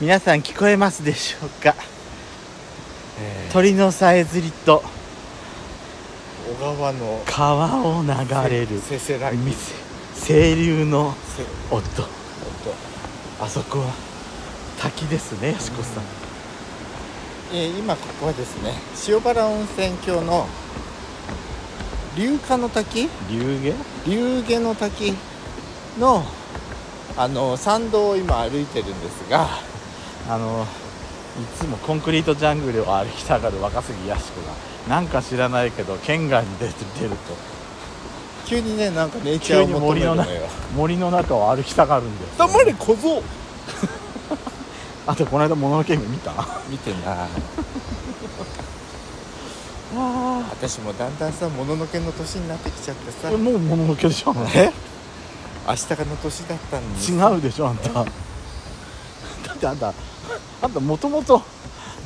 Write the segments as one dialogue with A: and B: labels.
A: 皆さん聞こえますでしょうか、鳥のさえずりと
B: 小川の
A: 川を流れる
B: せせらぎ
A: 水清流の
B: せ
A: 音あそこは滝ですねやしこさん、
B: えー今ここはですね塩原温泉郷の龍華の滝
A: 流
B: 龍華の滝のあの参道を今歩いてるんですが
A: あのいつもコンクリートジャングルを歩きたがる若杉やしこがなんか知らないけど県外に出て出ると
B: 急にねなんかネイチャーを求めるのよ
A: 急に森の中を歩きたがるんですよ
B: 黙れ小僧
A: あとこの間モノのーム見たあ
B: 見てな
A: あ
B: 私もだんだんさもののけの年になってきちゃってさ
A: これもうモノのけでしょ
B: え明日がの年だったのに
A: 違うでしょあんただってあんたあんたもともと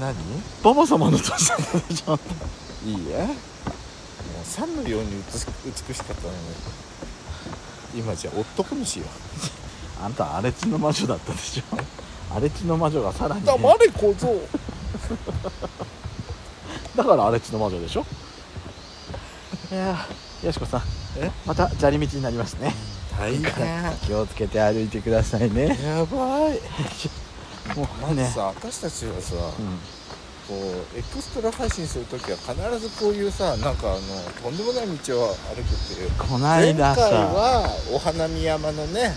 B: 何
A: 馬場様の年だったでしょあんた
B: いいやもう山のように美し美しかったのに今じゃ男虫よ
A: あんた荒地の魔女だったでしょ荒地の魔女がさらに、ね、
B: 黙れ小僧
A: だから荒地の魔女でしょいやーよしこさん
B: え
A: また砂利道になりますね
B: 大変
A: 気をつけて歩いてくださいね
B: やばい
A: も
B: ま
A: う
B: ず
A: ね、
B: さ、私たちはさ、
A: うん、
B: こうエクストラ配信するときは必ずこういうさなんかあのとんでもない道を歩くっていう
A: こな
B: 前
A: い
B: 回
A: ださ
B: はお花見山のね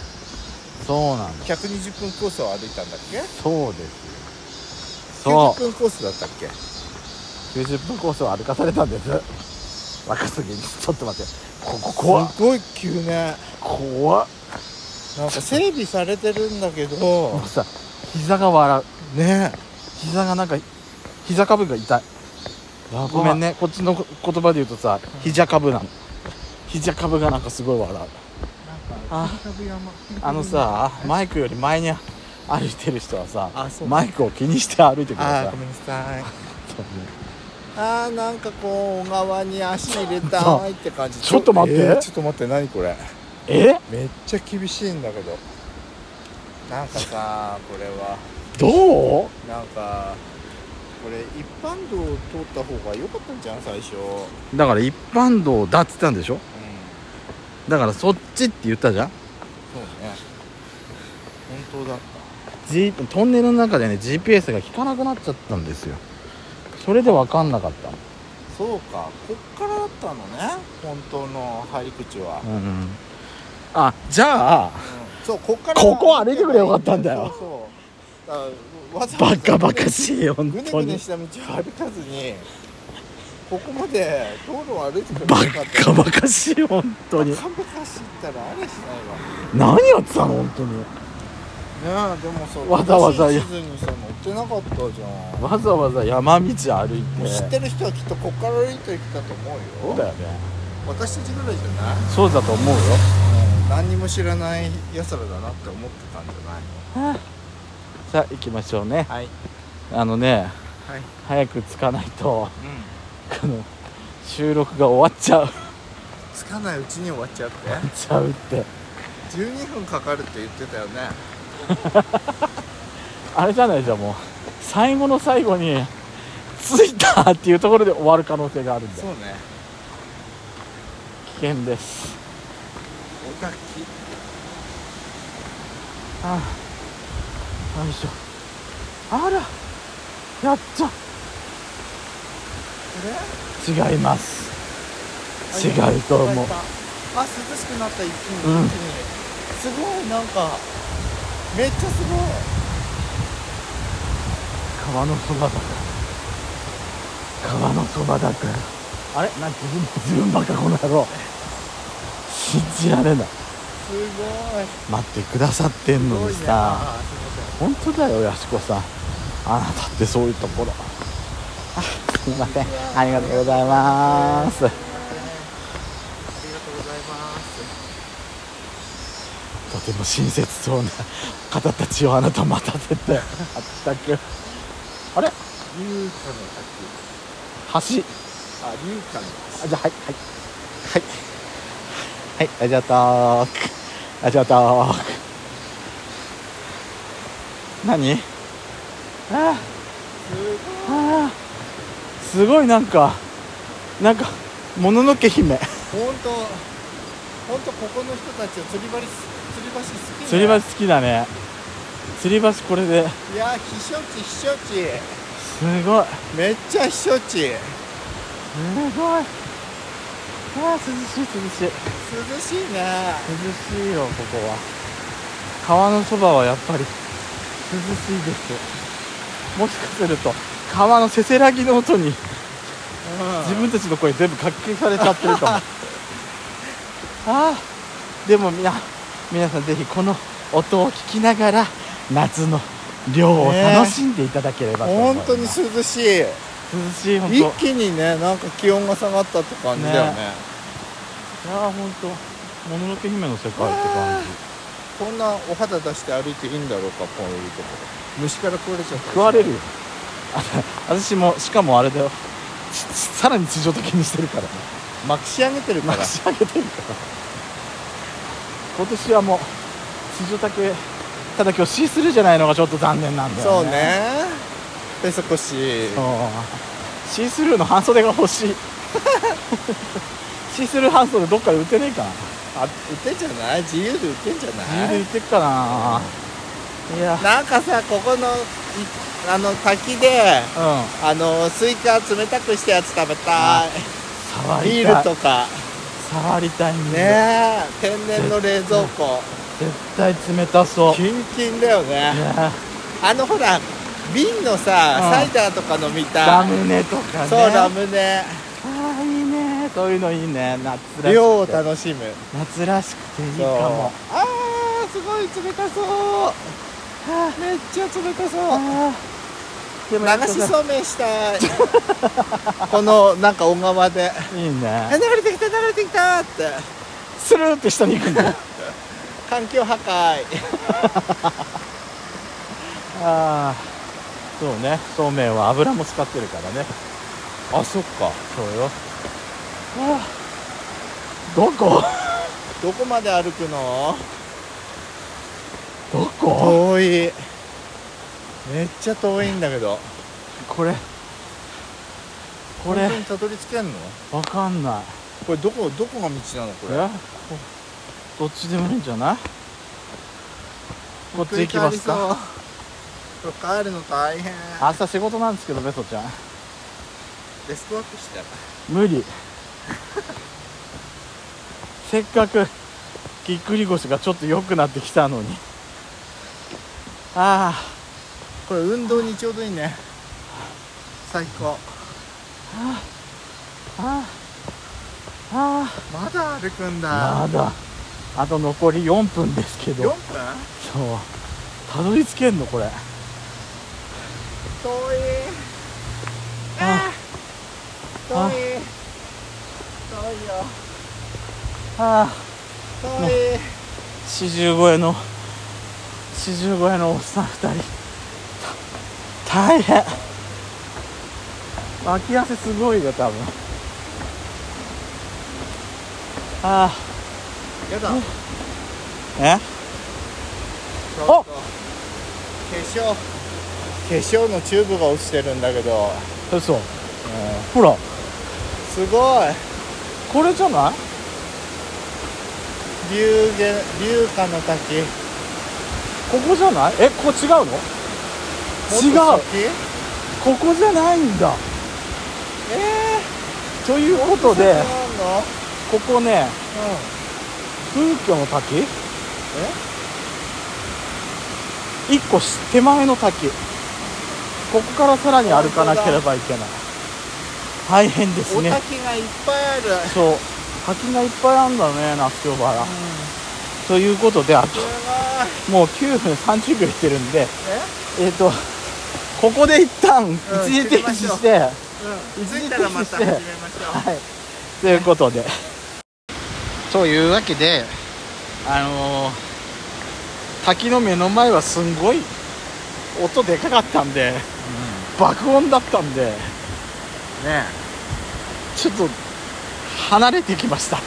A: そうなんだ
B: 120分コースを歩いたんだっけ
A: そうですよ
B: 90分コースだったっけ
A: そう90分コースを歩かされたんです若すぎにちょっと待ってここ怖っ
B: すごい急ね
A: 怖っ
B: なんか整備されてるんだけ
A: も
B: ど
A: うさ膝が笑う
B: ね
A: 膝がなんか膝かぶが痛い
B: や
A: ごめんねこっちのこ言葉で言うとさ膝かぶなの膝かぶがなんかすごい笑う
B: あ
A: ああのさマイクより前に歩いてる人はさ
B: あそう
A: マイクを気にして歩いてくだ
B: あ
A: さ
B: ー
A: い
B: ごめんなさい あーなんかこう小川に足入れた
A: そう
B: ーいって感じ
A: ちょっと待って
B: えーちょっと待って何これ
A: え
B: めっちゃ厳しいんだけどなんかさこれは
A: どう
B: なんかこれ一般道を通った方が良かったんじゃん最初、うん、
A: だから一般道だっつったんでしょだからそっちって言ったじゃん
B: そうね本当だった
A: G トンネルの中でね GPS が効かなくなっちゃったんですよそれで分かんなかった
B: そうかこっからだったのね本当の入り口は、
A: うんうんあじゃあ
B: そうこっから
A: ここ歩いてくれよかったんだよ
B: そうそうだからわざわ
A: バ
B: ざ
A: カバカしいよ本
B: ぐね
A: 当
B: ぐね
A: に
B: した道を歩かずにここまで道路を歩いてくれば
A: バ
B: よかった
A: カバカしい本当に
B: カン走ったらあれしな
A: 何やってたの本当に
B: いわねえでもそう
A: わざわざ
B: 地図にさ乗ってなかったじゃん
A: わざわざ山道歩いて
B: 知ってる人はきっとこっから歩いてきたと思うよ
A: そうだよね
B: 私たちぐらいじゃない、
A: そうだと思うよ
B: うん、何にも知らない奴らだなって思ってたんじゃない
A: さあ行きましょうね
B: のはい
A: あのね
B: はい
A: 早く着かないと
B: うん
A: この収録が終わっちゃう
B: 着かないうちに終わっちゃって
A: ちゃうって
B: 12分かかるって言ってたよね
A: あれじゃないじゃんもう最後の最後に着いたっていうところで終わる可能性があるんで
B: そうね
A: 危険です
B: おたき
A: ああよいしょあらやっちゃ
B: これ
A: 違います違
B: あ
A: うと思う
B: あ涼しくなった一気に、
A: うん
B: 一気にすごいなんかめっちゃすごい
A: 川のそばだから川のそばだからあれなんか自分自分ばっかこの野郎信じられない
B: すごい
A: 待ってくださってん
B: す
A: の
B: ごい
A: に
B: ね
A: さ
B: あーすいません
A: 本当だよやしこさんあなたってそういうところあすいませんありがとうございますと
B: ありがとうございます。
A: ても親切そうな方たちをあなた待たせてあったくあれ
B: 龍華の
A: 橋
B: 滝。あ、龍華の
A: あじゃあはいはいはいはいありがとうありがとう何あ
B: す
A: ーあーすごいなんかなんかもののけ姫
B: ごい本当本当ここの人たちは釣り針す釣り橋好き
A: 吊り橋好き
B: ね
A: だね吊り橋これで
B: いやー避暑地避暑地
A: すごい
B: めっちゃ避暑地
A: すごいあー涼しい涼しい
B: 涼しいね
A: 涼しいよここは川のそばはやっぱり涼しいですもしかすると川のせせらぎの音に自分たちの声全部活気されちゃってるかも ああでもみな皆さんぜひこの音を聞きながら夏の涼を楽しんでいただければと思い
B: 本
A: ます、
B: 当に涼しい
A: 涼しい本当い
B: 一気にねなんか気温が下がったって感じだよね
A: ねや本当もののけ姫の世界って感じ
B: こんなお肌出して歩いていいんだろうかこういうところ虫から食われちゃった
A: 食われるよ あ私もしかもあれだよしさらに地上的にしてるからね
B: まき仕上げてるか
A: ま
B: ら
A: き仕上げてるから今年はもう地上竹ただ今日シースルーじゃないのがちょっと残念なんだ
B: そ
A: よね
B: うねペソコシ
A: そうシースルーの半袖が欲しい シースルー半袖どっかで売ってねえかな
B: あ売ってんじゃない自由で売ってんじゃ
A: 自由
B: な
A: で売
B: い
A: ってっかな、いや
B: なんかさここのいあの滝で
A: うん
B: あのスイカ冷たくしたやつ食べたい
A: 触りたい
B: ビールとか
A: 触りたいんで
B: ねえ天然の冷蔵庫
A: 絶対冷たそう
B: キンキンだよね
A: いや
B: あのほら瓶のさ、
A: うん
B: サイダーとか飲みた
A: ラ
B: い
A: ムネとかね
B: そうラムネ
A: ああいいねそういうのいいね夏らしくて
B: 量を楽しむ
A: 夏らしくていいか
B: そう
A: も
B: あーすごい冷たそう
A: あ
B: めっちゃ冷たそう
A: あーでも
B: 流しそうめんしたい このなんか小川で
A: ういい
B: あ
A: ね
B: 流れてきた流れてきたって
A: スルーって下に行くんだ
B: 環境破壊
A: ああそうねそうめんは油も使ってるからね
B: あそっか
A: そうよあーどこ
B: どこまで歩くの
A: どこ
B: 遠いめっちゃ遠いんだけど
A: これこれ
B: 本当にたどり着けんの
A: わかんない
B: これどこどこが道なのこれ
A: えこどっちでもいいんじゃないこっち行きますか
B: これ帰るの大変
A: 明日仕事なんですけどベソちゃん
B: デスクワークして
A: 無 理せっかくぎっくり腰がちょっと良くなってきたのにあ
B: これ運動にちょうどいいね最高
A: あああ
B: まだ歩くん
A: あ
B: だ
A: まだあと残り4分ですけ
B: 4
A: ど
B: 分
A: そうたどり着けんのこれ
B: 遠い
A: あ
B: 遠い遠いよ
A: あ
B: 遠い
A: 四十五円の四十五円のおっさん2人た大変脇汗すごいよ多分ああ
B: やだ
A: え
B: ちょっと化粧化粧のチューブが落ちてるんだけど
A: 嘘ほら
B: すごい
A: これじゃない
B: 龍源龍華の滝
A: ここじゃないえここ違うの違
B: も
A: う
B: っと先
A: ここじゃないんだ
B: え
A: という
B: ー、
A: ことで
B: そんなのあんの
A: ここね風景の滝え一個し手前の滝ここからさらに歩かなければいけない大変です
B: うん、お
A: ね
B: 滝がいっぱいある、
A: そう滝がいっぱいあんだね夏夜原ということであ
B: すごい
A: ともう9分30秒いってるんで
B: え
A: えっ、とここで一旦一時停
B: 切りま
A: 止
B: しょう
A: して、
B: うん、
A: 一時停止し
B: 着
A: て
B: いたらまた始めまし ょ
A: はいということで
B: うというわけで
A: あのー、滝の目の前はすんごい音でかかったんで、爆音だったんで
B: ね
A: ちょっと離れてきました、
B: は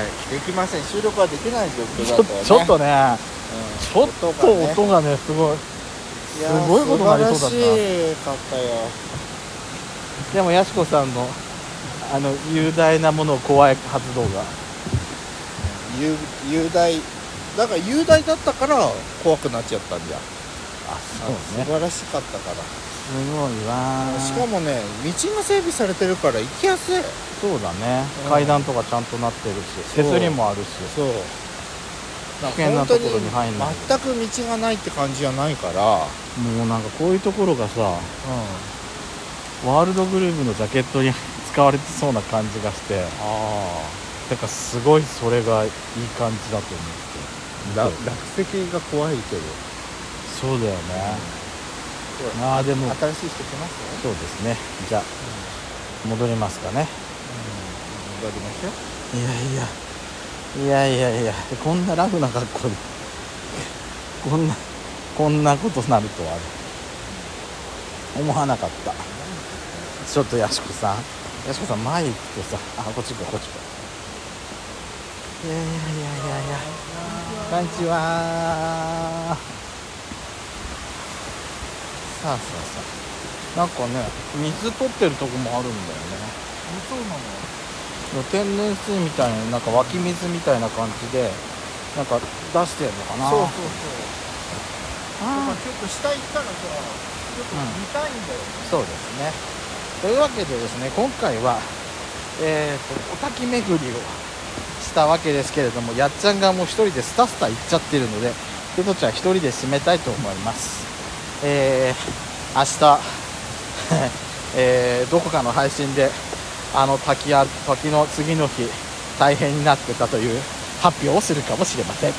B: いできません収録はできない状況
A: ち
B: だ
A: ょ
B: とね
A: ちょっとねちょっと
B: 音がね
A: 音がねすごい
B: や
A: すごいことになりそうだった
B: 素晴らしかったよ
A: でもやしこさんのあの雄大なものを怖い発動が
B: 雄雄大だから雄大だったから怖くなっちゃったんじゃん
A: あ
B: 素晴らしかったから
A: すごいわー
B: しかもね道が整備されてるから行きやすい
A: そうだね、
B: うん
A: 階段とかちゃんとなってるし手
B: そう
A: すりもあるし
B: そう
A: 危険なところに入んない
B: 本当に全く道がないって感じじゃないから
A: もうなんかこういうところがさワールドグルーヴのジャケットに使われてそうな感じがして
B: あ
A: なんかすごいそれがいい感じだと思って
B: ら
A: うん
B: 落石が怖いけど
A: そうだよね、ああでも
B: 新しい人来ます
A: そ
B: よ、
A: うですねじゃあ戻りますかね
B: うん、りましょう
A: いやいやいやいやいやこんなラフな格好でこんなこんなことなるとはね思わなかったちょっとやしこさんやしこさん前行くとさあこっち行こうこっち行こういやいやいやいやいやこんにちはさあさあさあなんかね水取ってるとこもあるんだよね
B: そうなの
A: 天然水みたいななんか湧き水みたいな感じでなんか出してるのかな
B: そうそうそうだから
A: あー
B: 結構下行ったらさ結構見たいんだよね、
A: そうですねというわけでですね今回はえー、とお滝巡りをしたわけですけれどもやっちゃんがもう一人でスタスタ行っちゃってるのでペトちゃん一人で締めたいと思いますえー、明日 えー、どこかの配信であの滝や滝の次の日大変になってたという発表をするかもしれません